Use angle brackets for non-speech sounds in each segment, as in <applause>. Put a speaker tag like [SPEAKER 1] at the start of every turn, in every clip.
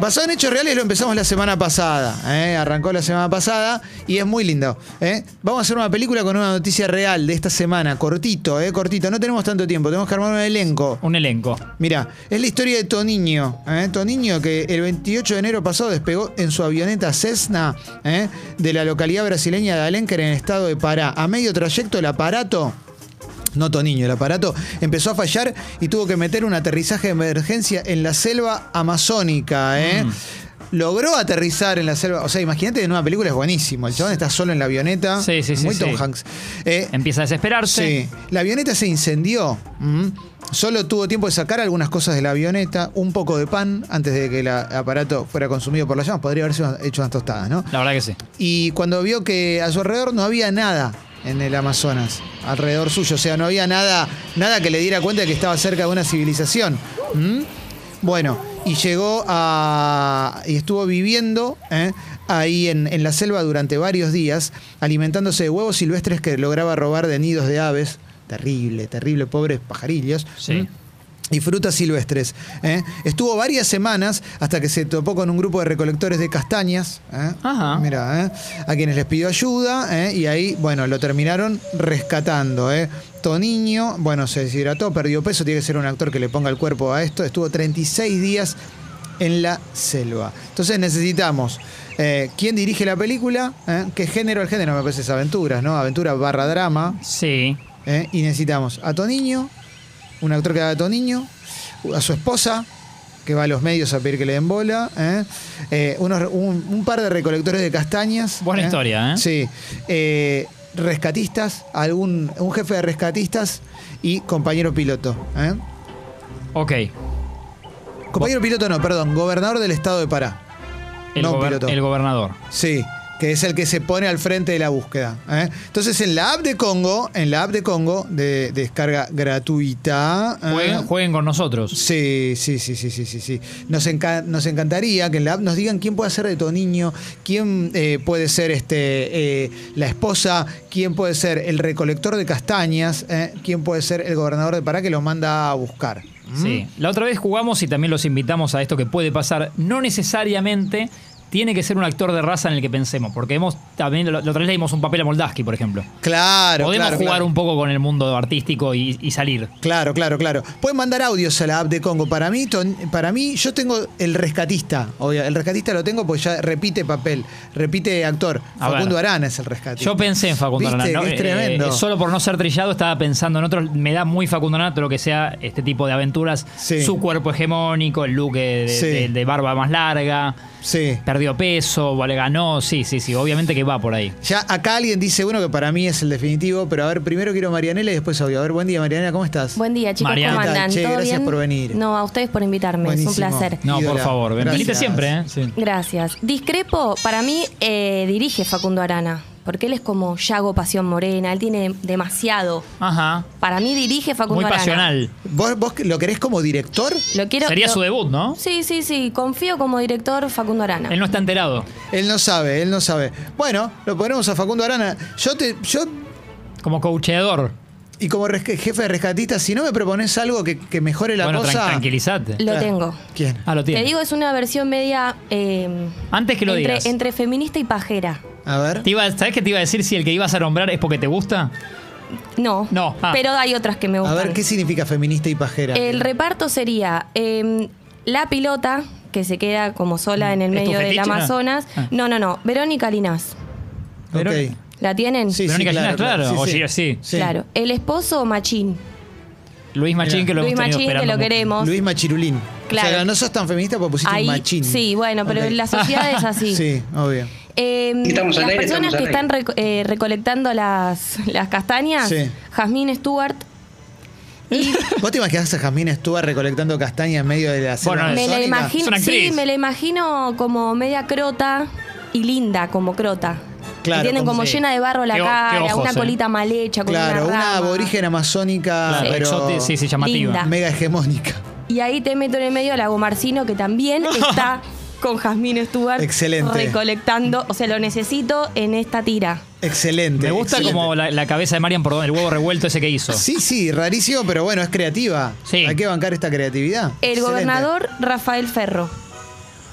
[SPEAKER 1] Basado en hechos reales lo empezamos la semana pasada. ¿eh? Arrancó la semana pasada y es muy lindo. ¿eh? Vamos a hacer una película con una noticia real de esta semana. Cortito, ¿eh? cortito. No tenemos tanto tiempo. Tenemos que armar un elenco.
[SPEAKER 2] Un elenco.
[SPEAKER 1] Mira, es la historia de Toniño. ¿eh? Toniño que el 28 de enero pasado despegó en su avioneta Cessna ¿eh? de la localidad brasileña de Alenquer en el estado de Pará. A medio trayecto el aparato... No Toniño, el aparato empezó a fallar y tuvo que meter un aterrizaje de emergencia en la selva amazónica. ¿eh?
[SPEAKER 2] Mm.
[SPEAKER 1] Logró aterrizar en la selva. O sea, imagínate, en una película es buenísimo. El chabón está solo en la avioneta.
[SPEAKER 2] Sí, sí, sí,
[SPEAKER 1] Muy Tom
[SPEAKER 2] sí.
[SPEAKER 1] Hanks. Eh,
[SPEAKER 2] Empieza a
[SPEAKER 1] Sí,
[SPEAKER 2] desesperarse.
[SPEAKER 1] la avioneta se incendió. Mm. Solo tuvo tiempo de sacar algunas cosas de la avioneta, un poco de pan antes de que el aparato fuera consumido por las llamas. Podría haberse hecho unas tostadas, ¿no?
[SPEAKER 2] La verdad que sí.
[SPEAKER 1] Y cuando vio que a su alrededor no había nada en el Amazonas, alrededor suyo, o sea, no había nada, nada que le diera cuenta de que estaba cerca de una civilización. ¿Mm? Bueno, y llegó a. y estuvo viviendo ¿eh? ahí en, en la selva durante varios días, alimentándose de huevos silvestres que lograba robar de nidos de aves. Terrible, terrible, pobres pajarillos.
[SPEAKER 2] Sí.
[SPEAKER 1] ¿Mm? y frutas silvestres. ¿eh? Estuvo varias semanas hasta que se topó con un grupo de recolectores de castañas. ¿eh?
[SPEAKER 2] Ajá.
[SPEAKER 1] Mirá, ¿eh? a quienes les pidió ayuda ¿eh? y ahí, bueno, lo terminaron rescatando. ¿eh? Toniño, bueno, se deshidrató, perdió peso, tiene que ser un actor que le ponga el cuerpo a esto. Estuvo 36 días en la selva. Entonces necesitamos eh, quién dirige la película, ¿eh? qué género, el género me parece es aventuras, ¿no? Aventura barra drama,
[SPEAKER 2] Sí.
[SPEAKER 1] ¿eh? Y necesitamos a Toniño, un actor que haga a Toniño, a su esposa, que va a los medios a pedir que le den bola, ¿eh? Eh, unos- un, un par de recolectores de castañas.
[SPEAKER 2] Buena historia, ¿eh?
[SPEAKER 1] Sí. Eh, rescatistas, algún, un jefe de rescatistas y compañero piloto. ¿eh?
[SPEAKER 2] Ok. El,
[SPEAKER 1] Compañero piloto no, perdón, gobernador del estado de Pará. No,
[SPEAKER 2] gober-
[SPEAKER 1] piloto.
[SPEAKER 2] el gobernador.
[SPEAKER 1] Sí, que es el que se pone al frente de la búsqueda. ¿eh? Entonces, en la app de Congo, en la app de Congo, de, de descarga gratuita. ¿eh?
[SPEAKER 2] Jueguen, jueguen con nosotros.
[SPEAKER 1] Sí, sí, sí, sí, sí, sí, sí. Nos, enca- nos encantaría que en la app nos digan quién puede ser de Toniño, quién eh, puede ser este eh, la esposa, quién puede ser el recolector de castañas, ¿eh? quién puede ser el gobernador de Pará que lo manda a buscar. ¿Mm?
[SPEAKER 2] Sí. La otra vez jugamos y también los invitamos a esto que puede pasar. No necesariamente tiene que ser un actor de raza en el que pensemos, porque hemos también la la otra vez le dimos un papel a Moldaski, por ejemplo.
[SPEAKER 1] Claro,
[SPEAKER 2] Podemos
[SPEAKER 1] claro,
[SPEAKER 2] jugar
[SPEAKER 1] claro.
[SPEAKER 2] un poco con el mundo artístico y, y salir.
[SPEAKER 1] Claro, claro, claro. Pueden mandar audios a la app de Congo. Para mí, ton- para mí yo tengo el rescatista. obvio. El rescatista lo tengo porque ya repite papel, repite actor.
[SPEAKER 2] A ver.
[SPEAKER 1] Facundo Arana es el rescatista.
[SPEAKER 2] Yo pensé en Facundo
[SPEAKER 1] ¿Viste?
[SPEAKER 2] Arana, ¿no?
[SPEAKER 1] Es tremendo.
[SPEAKER 2] Eh, solo por no ser trillado estaba pensando en otros. Me da muy Facundo Arana todo lo que sea este tipo de aventuras.
[SPEAKER 1] Sí.
[SPEAKER 2] Su cuerpo hegemónico, el look de, de-
[SPEAKER 1] Sí.
[SPEAKER 2] de- de barba más larga,
[SPEAKER 1] sí.
[SPEAKER 2] perdió peso, vale, ganó. Sí, sí, sí. Obviamente que va por ahí.
[SPEAKER 1] Ya acá alguien dice uno que para mí es el definitivo, pero a ver, primero quiero a Marianela y después audio. A ver, buen día, Marianela, ¿cómo estás?
[SPEAKER 3] Buen día, chicos.
[SPEAKER 2] Mariana.
[SPEAKER 3] ¿Cómo
[SPEAKER 1] ¿Qué tal?
[SPEAKER 3] andan?
[SPEAKER 1] Che,
[SPEAKER 3] ¿Todo
[SPEAKER 1] gracias
[SPEAKER 3] bien?
[SPEAKER 1] por venir.
[SPEAKER 3] No, a ustedes por invitarme. Es
[SPEAKER 1] Buenísimo.
[SPEAKER 3] un placer.
[SPEAKER 2] No, por
[SPEAKER 1] Ídola.
[SPEAKER 2] favor, ven. Venite
[SPEAKER 1] Gracias.
[SPEAKER 2] siempre, ¿eh?
[SPEAKER 3] Gracias. Discrepo, para mí eh, dirige Facundo Arana, porque él es como Yago Pasión Morena, él tiene demasiado.
[SPEAKER 2] Ajá.
[SPEAKER 3] Para mí dirige Facundo
[SPEAKER 2] Muy
[SPEAKER 3] Arana.
[SPEAKER 2] pasional.
[SPEAKER 1] ¿Vos, vos lo querés como director?
[SPEAKER 3] Lo quiero,
[SPEAKER 2] Sería
[SPEAKER 3] lo-
[SPEAKER 2] su debut, ¿no?
[SPEAKER 3] Sí, sí, sí. Confío como director Facundo Arana.
[SPEAKER 2] Él no está enterado.
[SPEAKER 1] Él no sabe, él no sabe. Bueno, lo ponemos a Facundo Arana. Yo te, yo,
[SPEAKER 2] Como coacheador.
[SPEAKER 1] y como res- jefe de rescatista, si no me propones algo que, que mejore la
[SPEAKER 2] bueno, tran-
[SPEAKER 1] cosa.
[SPEAKER 2] tranquilizate.
[SPEAKER 3] Lo
[SPEAKER 1] Ah,
[SPEAKER 3] tengo.
[SPEAKER 1] ¿Quién?
[SPEAKER 2] Ah, lo tiene.
[SPEAKER 3] Te digo, es una versión media. eh,
[SPEAKER 2] Antes que lo
[SPEAKER 3] entre,
[SPEAKER 2] digas.
[SPEAKER 3] entre feminista y pajera.
[SPEAKER 1] A ver.
[SPEAKER 2] Te iba- ¿Sabés qué te iba a decir si el que ibas a nombrar es porque te gusta?
[SPEAKER 3] No.
[SPEAKER 2] No, ah.
[SPEAKER 3] Pero hay otras que me
[SPEAKER 1] A
[SPEAKER 3] gustan.
[SPEAKER 1] ver, ¿qué significa feminista y pajera?
[SPEAKER 3] El reparto sería eh, la pilota, que se queda como sola en el
[SPEAKER 2] Mm. ¿Es tu
[SPEAKER 3] medio del
[SPEAKER 2] fetiche?
[SPEAKER 3] Amazonas.
[SPEAKER 2] Ah.
[SPEAKER 3] No, no, no. Verónica Linás.
[SPEAKER 1] Ok.
[SPEAKER 2] Verón-
[SPEAKER 3] ¿La tienen?
[SPEAKER 1] Sí,
[SPEAKER 2] Verónica
[SPEAKER 1] sí,
[SPEAKER 2] Ginás, claro.
[SPEAKER 1] Sí,
[SPEAKER 2] O
[SPEAKER 1] sí.
[SPEAKER 2] Gira, sí.
[SPEAKER 3] Claro. El esposo Machín.
[SPEAKER 2] Luis Machín,
[SPEAKER 1] Mira.
[SPEAKER 2] que lo
[SPEAKER 3] Luis
[SPEAKER 2] hemos tenido
[SPEAKER 3] Machín, que
[SPEAKER 2] esperando
[SPEAKER 3] lo
[SPEAKER 2] mucho.
[SPEAKER 3] queremos.
[SPEAKER 1] Luis Machirulín.
[SPEAKER 3] Claro.
[SPEAKER 1] O sea, no sos tan feminista porque pusiste
[SPEAKER 3] Ahí,
[SPEAKER 1] un machín.
[SPEAKER 3] Sí, bueno, pero
[SPEAKER 1] Ok.
[SPEAKER 3] la sociedad
[SPEAKER 2] <laughs>
[SPEAKER 3] es así.
[SPEAKER 1] Sí, obvio.
[SPEAKER 3] Eh,
[SPEAKER 4] Estamos al
[SPEAKER 3] las
[SPEAKER 4] aire,
[SPEAKER 3] personas
[SPEAKER 4] estamos
[SPEAKER 3] que
[SPEAKER 4] al
[SPEAKER 3] están reco- eh, recolectando las, las castañas,
[SPEAKER 1] Sí.
[SPEAKER 3] Jazmín Stewart,
[SPEAKER 1] ¿Vos te imaginás a Jasmine Stewart recolectando castañas en medio de la selva
[SPEAKER 2] Bueno,
[SPEAKER 3] me la
[SPEAKER 2] Sónica. Es
[SPEAKER 3] imagino,
[SPEAKER 2] una
[SPEAKER 3] sí,
[SPEAKER 2] actriz.
[SPEAKER 3] me la imagino como media crota y linda, como crota.
[SPEAKER 1] Claro,
[SPEAKER 3] Tienen
[SPEAKER 1] como-
[SPEAKER 3] como
[SPEAKER 2] sí.
[SPEAKER 3] llena de barro la
[SPEAKER 2] Qué o- qué
[SPEAKER 3] cara,
[SPEAKER 2] ojos,
[SPEAKER 3] una
[SPEAKER 2] eh.
[SPEAKER 3] colita mal hecha, con
[SPEAKER 1] Claro, una,
[SPEAKER 3] rama.
[SPEAKER 1] aborigen amazónica,
[SPEAKER 2] Claro,
[SPEAKER 1] pero
[SPEAKER 2] exote- sí, sí, llamativa.
[SPEAKER 3] Linda.
[SPEAKER 1] mega hegemónica.
[SPEAKER 3] Y ahí te meto en el medio al lago Marcino,
[SPEAKER 2] <laughs>
[SPEAKER 3] que también está con Jazmín Stewart
[SPEAKER 1] Excelente.
[SPEAKER 3] recolectando. O sea, lo necesito en esta tira.
[SPEAKER 1] Excelente.
[SPEAKER 2] Me gusta
[SPEAKER 1] excelente.
[SPEAKER 2] como la, la cabeza de Marian, perdón, el huevo revuelto ese que hizo.
[SPEAKER 1] Sí, sí, rarísimo, pero bueno, es creativa.
[SPEAKER 2] Sí.
[SPEAKER 1] Hay que bancar esta creatividad.
[SPEAKER 3] El
[SPEAKER 1] Excelente.
[SPEAKER 3] gobernador Rafael Ferro.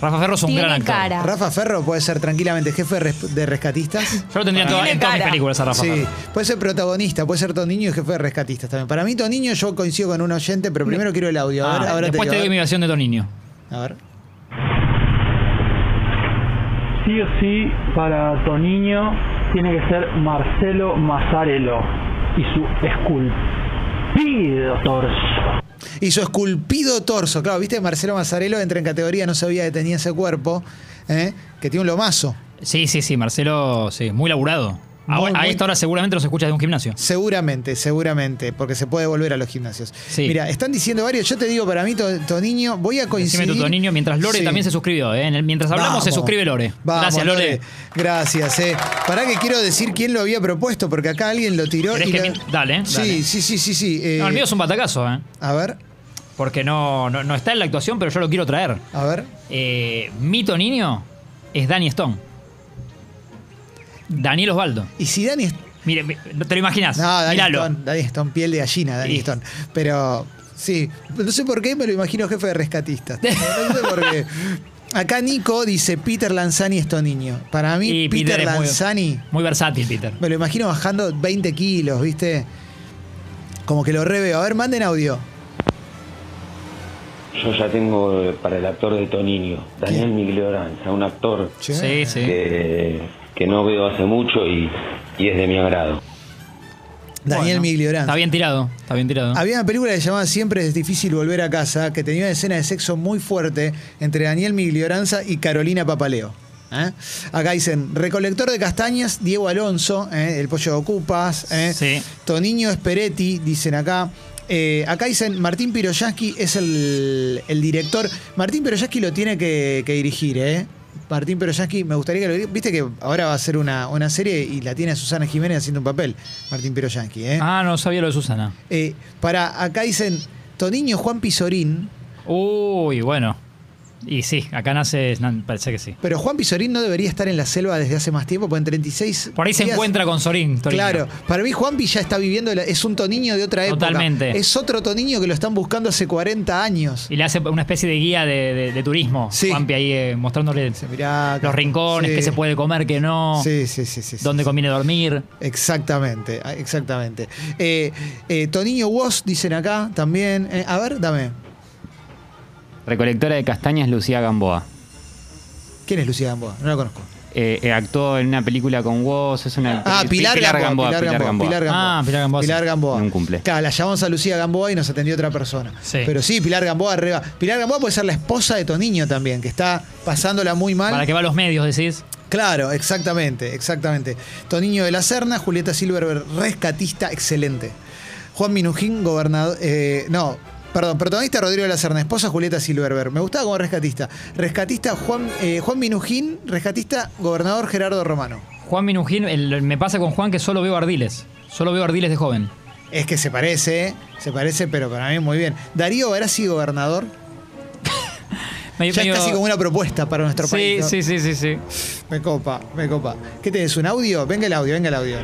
[SPEAKER 2] Rafa Ferro es un
[SPEAKER 3] Tiene
[SPEAKER 2] gran actor.
[SPEAKER 3] cara.
[SPEAKER 1] Rafa Ferro puede ser tranquilamente jefe de res- de rescatistas.
[SPEAKER 2] Yo lo tendría en, toda-
[SPEAKER 3] Tiene
[SPEAKER 2] en todas mis
[SPEAKER 3] cara.
[SPEAKER 2] películas a Rafa
[SPEAKER 1] Sí,
[SPEAKER 2] Ferro.
[SPEAKER 1] puede ser protagonista, puede ser Toniño y jefe de rescatistas también. Para mí, Toniño, yo coincido con un oyente, pero primero quiero el audio. A ver,
[SPEAKER 2] Ah,
[SPEAKER 1] ahora te
[SPEAKER 2] después te,
[SPEAKER 1] digo.
[SPEAKER 2] doy mi versión de Toniño.
[SPEAKER 1] A ver.
[SPEAKER 4] Sí o sí, para Toniño tiene que ser Marcelo Mazzarello y su esculpido torso.
[SPEAKER 1] Y su esculpido torso. Claro, viste, Marcelo Mazzarello entra en categoría, no sabía que tenía ese cuerpo, ¿eh? que tiene un lomazo.
[SPEAKER 2] Sí, sí, sí, Marcelo, sí, muy laburado.
[SPEAKER 1] Muy,
[SPEAKER 2] Ahora- a
[SPEAKER 1] muy-
[SPEAKER 2] esta hora seguramente los escuchas de un gimnasio.
[SPEAKER 1] Seguramente, seguramente, porque se puede volver a los gimnasios.
[SPEAKER 2] Sí.
[SPEAKER 1] Mira, están diciendo varios, yo te digo, para mí, To- Toniño, voy a coincidir.
[SPEAKER 2] Decime tu Toniño, mientras Lore
[SPEAKER 1] Sí.
[SPEAKER 2] también se suscribió. ¿eh? En el- mientras hablamos, se
[SPEAKER 1] Vamos.
[SPEAKER 2] suscribe Lore.
[SPEAKER 1] Vamos,
[SPEAKER 2] Gracias, Lore.
[SPEAKER 1] Gracias, eh. Pará que quiero decir quién lo había propuesto, porque acá alguien lo tiró.
[SPEAKER 2] ¿Querés
[SPEAKER 1] y
[SPEAKER 2] que
[SPEAKER 1] lo-
[SPEAKER 2] mi- dale,
[SPEAKER 1] sí,
[SPEAKER 2] dale.
[SPEAKER 1] sí, sí, sí, sí. eh,
[SPEAKER 2] No, el mío es un batacazo, ¿eh?
[SPEAKER 1] A ver,
[SPEAKER 2] porque no, no, no está en la actuación, pero yo lo quiero traer.
[SPEAKER 1] a ver.
[SPEAKER 2] Eh, mi Toniño es Danny Stone. Daniel Osvaldo.
[SPEAKER 1] Y si Dani... est-
[SPEAKER 2] Mire, mi- no te lo imaginas.
[SPEAKER 1] No, Dani
[SPEAKER 2] Míralo.
[SPEAKER 1] Stone, Dani Stone, piel de gallina, Dani
[SPEAKER 2] Sí.
[SPEAKER 1] Stone. Pero sí, no sé por qué me lo imagino jefe de
[SPEAKER 2] <laughs>
[SPEAKER 1] rescatistas. No sé por qué. Acá Nico dice Peter Lanzani es Toniño. Para mí,
[SPEAKER 2] Y
[SPEAKER 1] Peter,
[SPEAKER 2] es muy-
[SPEAKER 1] Lanzani...
[SPEAKER 2] Muy, versátil, Peter.
[SPEAKER 1] Me lo imagino bajando 20 kilos, ¿viste? Como que lo reveo. A ver, manden audio.
[SPEAKER 5] Yo ya tengo eh, para el actor de Toninho, Daniel Miglioranza, un actor
[SPEAKER 1] Che.
[SPEAKER 2] Sí, sí.
[SPEAKER 5] Eh, que, que no veo hace mucho y, y es de mi agrado.
[SPEAKER 1] Daniel Ah,
[SPEAKER 2] Bueno,
[SPEAKER 1] Migliorán.
[SPEAKER 2] Está bien tirado, está bien tirado.
[SPEAKER 1] Había una película que se llamaba Siempre es difícil volver a casa, que tenía una escena de sexo muy fuerte entre Daniel Miglioranza y Carolina Papaleo. ¿eh? Acá dicen, recolector de castañas, Diego Alonso, ¿eh? el pollo de Ocupas, ¿eh?
[SPEAKER 2] Sí.
[SPEAKER 1] Toniño Esperetti, dicen acá. Eh, acá dicen, Martín Piroyaski es el, el director. Martín Piroyaski lo tiene que, que dirigir, ¿eh? Martín Piroyaski, me gustaría que lo dirija. Viste que ahora va a ser una, una serie y la tiene a Susana Jiménez haciendo un papel, Martín Piroyaski, ¿eh?
[SPEAKER 2] Ah, no sabía lo de Susana.
[SPEAKER 1] para, acá dicen, Toniño Juan Pisorín,
[SPEAKER 2] Uy, bueno. Y sí, acá nace. na- Parece que sí.
[SPEAKER 1] pero Juan Pisorín no debería estar en la selva desde hace más tiempo, porque en 36
[SPEAKER 2] Por ahí se
[SPEAKER 1] días-
[SPEAKER 2] encuentra con Sorín. Torino.
[SPEAKER 1] Claro, para mí Juanpi ya está viviendo, la- es un Toniño de otra época.
[SPEAKER 2] Totalmente.
[SPEAKER 1] Es otro Toniño que lo están buscando hace 40 años.
[SPEAKER 2] Y le hace una especie de guía de, de- de turismo.
[SPEAKER 1] Sí.
[SPEAKER 2] Juanpi ahí eh, mostrándole
[SPEAKER 1] Este, Mirá,
[SPEAKER 2] los rincones,
[SPEAKER 1] sí.
[SPEAKER 2] qué se puede comer, qué no,
[SPEAKER 1] Sí, sí, sí, sí. sí.
[SPEAKER 2] dónde conviene dormir.
[SPEAKER 1] Exactamente, ah, exactamente. Eh, eh, Toniño Woz, dicen acá también. Eh, a ver, dame.
[SPEAKER 6] Recolectora de castañas Lucía Gamboa.
[SPEAKER 1] ¿Quién es Lucía Gamboa? No la conozco.
[SPEAKER 6] Eh, eh, actuó en una película con vos, es una
[SPEAKER 1] Ah,
[SPEAKER 6] actriz-
[SPEAKER 1] Pilar, Gamboa,
[SPEAKER 6] Pilar Gamboa.
[SPEAKER 1] Pilar Gamboa.
[SPEAKER 2] Ah, Pilar Gamboa, sí.
[SPEAKER 1] Pilar Gamboa.
[SPEAKER 6] En un cumple.
[SPEAKER 1] Claro, la llamamos a Lucía Gamboa y nos atendió otra persona.
[SPEAKER 2] Sí.
[SPEAKER 1] Pero sí, Pilar Gamboa arriba. Pilar Gamboa puede ser la esposa de Toniño también, que está pasándola muy mal.
[SPEAKER 2] Para que va a los medios, decís.
[SPEAKER 1] Claro, exactamente, exactamente. Toniño de la Serna, Julieta Silver, rescatista, excelente. Juan Minujín, gobernador. eh, no, perdón, protagonista Rodrigo de la Serna, esposa Julieta Silverberg. Me gustaba como rescatista. Rescatista Juan, eh, Juan Minujín, rescatista, gobernador Gerardo Romano.
[SPEAKER 2] Juan Minujín, el- me pasa con Juan que solo veo ardiles. Solo veo ardiles de joven.
[SPEAKER 1] Es que se parece, se parece, pero para mí muy bien. Darío Barassi, gobernador.
[SPEAKER 2] Medio-
[SPEAKER 1] Ya
[SPEAKER 2] medio-
[SPEAKER 1] es casi como una propuesta para nuestro
[SPEAKER 2] Sí,
[SPEAKER 1] país. ¿no?
[SPEAKER 2] sí, sí, sí, sí.
[SPEAKER 1] Me copa, me copa. ¿Qué tenés? ¿Un audio? Venga el audio, venga el audio.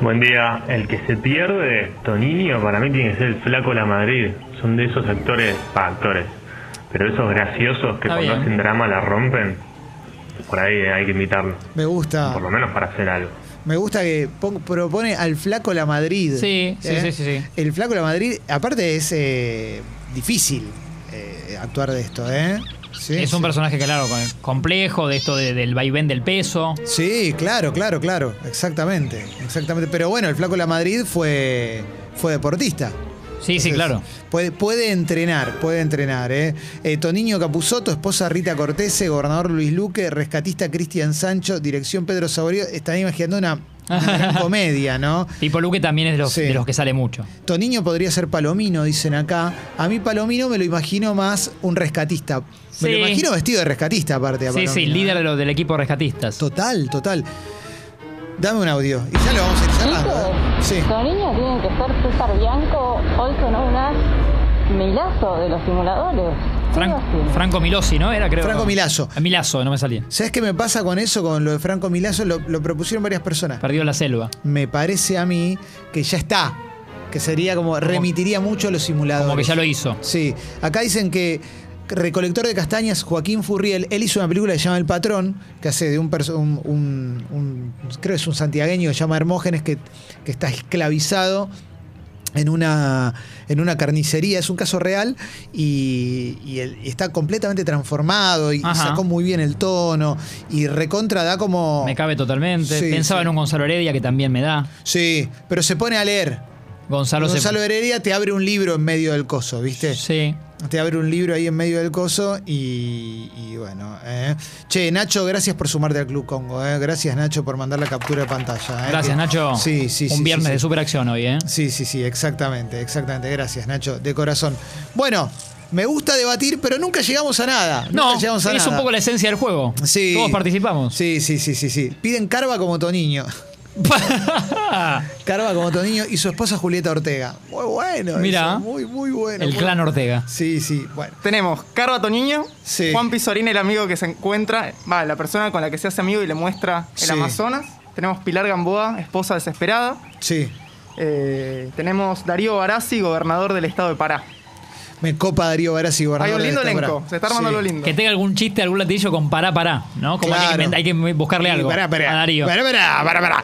[SPEAKER 7] Buen día. El que se pierde, Toninho, para mí tiene que ser el flaco La Madrid. Son de esos actores, pa, actores, pero esos graciosos
[SPEAKER 2] Está
[SPEAKER 7] que cuando
[SPEAKER 2] bien.
[SPEAKER 7] hacen drama la rompen. Por ahí hay que imitarlo,
[SPEAKER 1] Me
[SPEAKER 2] Ah.
[SPEAKER 1] gusta.
[SPEAKER 7] por lo menos para hacer algo.
[SPEAKER 1] Me gusta que pon- propone al Flaco La Madrid. ¿eh?
[SPEAKER 2] Sí, sí, sí, sí, sí.
[SPEAKER 1] El Flaco La Madrid, aparte es eh, difícil eh, actuar de esto, ¿eh? Sí,
[SPEAKER 2] es un
[SPEAKER 1] sí.
[SPEAKER 2] personaje, claro, con- complejo, de esto de- del vaivén del peso.
[SPEAKER 1] Sí, claro, claro, claro. Exactamente, exactamente. Pero bueno, el Flaco La Madrid fue, fue deportista.
[SPEAKER 2] Sí, sí,
[SPEAKER 1] Entonces,
[SPEAKER 2] claro.
[SPEAKER 1] Puede, puede entrenar, puede entrenar. ¿eh? Eh, Toniño Capuzoto, esposa Rita Cortese, gobernador Luis Luque, rescatista Cristian Sancho, dirección Pedro Saborío. Están imaginando una, una
[SPEAKER 2] <laughs>
[SPEAKER 1] gran comedia, ¿no?
[SPEAKER 2] Tipo Luque también es de los,
[SPEAKER 1] Sí.
[SPEAKER 2] de los que sale mucho.
[SPEAKER 1] Toniño podría ser Palomino, dicen acá. A mí Palomino me lo imagino más un rescatista. Me lo
[SPEAKER 2] Sí.
[SPEAKER 1] imagino vestido de rescatista aparte. a
[SPEAKER 2] Sí, sí,
[SPEAKER 1] Palomino,
[SPEAKER 2] líder
[SPEAKER 1] ¿eh?
[SPEAKER 2] de los, del equipo de rescatistas.
[SPEAKER 1] Total, total. Dame un audio y ya lo vamos a ir cerrando. ¿eh? Sí.
[SPEAKER 8] Toniño tiene que ser César Bianco, Olson Unas, Milazo de los simuladores.
[SPEAKER 2] Fran-
[SPEAKER 8] Algo así.
[SPEAKER 2] Franco Milosi, ¿no? Era, creo.
[SPEAKER 1] Franco Milazzo.
[SPEAKER 2] Milazo, no me salía.
[SPEAKER 1] ¿Sabes qué me pasa con eso, con lo de Franco Milazzo? Lo, lo propusieron varias personas.
[SPEAKER 2] Perdió la selva.
[SPEAKER 1] Me parece a mí que ya está. Que sería como remitiría mucho a los simuladores.
[SPEAKER 2] Como que ya lo hizo.
[SPEAKER 1] Sí, acá dicen que Recolector de castañas, Joaquín Furriel. Él hizo una película que se llama El Patrón, que hace de un, perso- un, un- un- creo que es un santiagueño que se llama Hermógenes, que, que está esclavizado en una, en una carnicería. Es un caso real y, y él- y está completamente transformado y, y
[SPEAKER 2] Ajá.
[SPEAKER 1] sacó muy bien el tono y recontra da como...
[SPEAKER 2] Me cabe totalmente.
[SPEAKER 1] Sí,
[SPEAKER 2] Pensaba
[SPEAKER 1] sí.
[SPEAKER 2] en un Gonzalo Heredia que también me da.
[SPEAKER 1] Sí, pero se pone a leer.
[SPEAKER 2] Gonzalo, se-
[SPEAKER 1] Gonzalo Heredia te abre un libro en medio del coso, ¿viste?
[SPEAKER 2] Sí.
[SPEAKER 1] Te abre un libro ahí en medio del coso y, y bueno. eh. Che, Nacho, gracias por sumarte al Club Congo. eh. Gracias, Nacho, por mandar la captura de pantalla. eh.
[SPEAKER 2] Gracias,
[SPEAKER 1] Que-
[SPEAKER 2] Nacho.
[SPEAKER 1] Sí, sí, sí.
[SPEAKER 2] Un viernes
[SPEAKER 1] sí,
[SPEAKER 2] de
[SPEAKER 1] sí.
[SPEAKER 2] superacción hoy, ¿eh?
[SPEAKER 1] Sí, sí, sí, exactamente, exactamente. Gracias, Nacho, de corazón. Bueno, me gusta debatir, pero nunca llegamos a nada.
[SPEAKER 2] No,
[SPEAKER 1] nunca llegamos a
[SPEAKER 2] es
[SPEAKER 1] nada.
[SPEAKER 2] un poco la esencia del juego.
[SPEAKER 1] Sí.
[SPEAKER 2] Todos participamos. <laughs>
[SPEAKER 1] Sí, sí, sí, sí, sí. Piden carva como Toniño. <laughs> Carva como Toniño y su esposa Julieta Ortega. Muy bueno. eso,
[SPEAKER 2] Mirá.
[SPEAKER 1] Muy, muy bueno.
[SPEAKER 2] El
[SPEAKER 1] muy-
[SPEAKER 2] clan Ortega.
[SPEAKER 1] Sí, sí, bueno.
[SPEAKER 9] Tenemos Carva Toniño,
[SPEAKER 1] Sí.
[SPEAKER 9] Juan Pizorín, el amigo que se encuentra, va, la persona con la que se hace amigo y le muestra el
[SPEAKER 1] Sí.
[SPEAKER 9] Amazonas. Tenemos Pilar Gamboa, esposa desesperada.
[SPEAKER 1] Sí.
[SPEAKER 9] Eh, tenemos Darío Barassi, gobernador del estado de Pará.
[SPEAKER 1] Me copa Darío Barassi
[SPEAKER 9] Hay
[SPEAKER 1] gobernador
[SPEAKER 9] un lindo
[SPEAKER 1] de esta
[SPEAKER 9] elenco,
[SPEAKER 1] temporada.
[SPEAKER 9] se está armando
[SPEAKER 1] Sí.
[SPEAKER 9] algo lindo.
[SPEAKER 2] Que tenga algún chiste, algún latillo con pará, pará, ¿no? Como que hay que
[SPEAKER 1] Claro.
[SPEAKER 2] invent- hay, que, buscarle
[SPEAKER 1] Y
[SPEAKER 2] algo
[SPEAKER 1] pará, pará.
[SPEAKER 2] a Darío.
[SPEAKER 1] Pará, pará, pará, pará.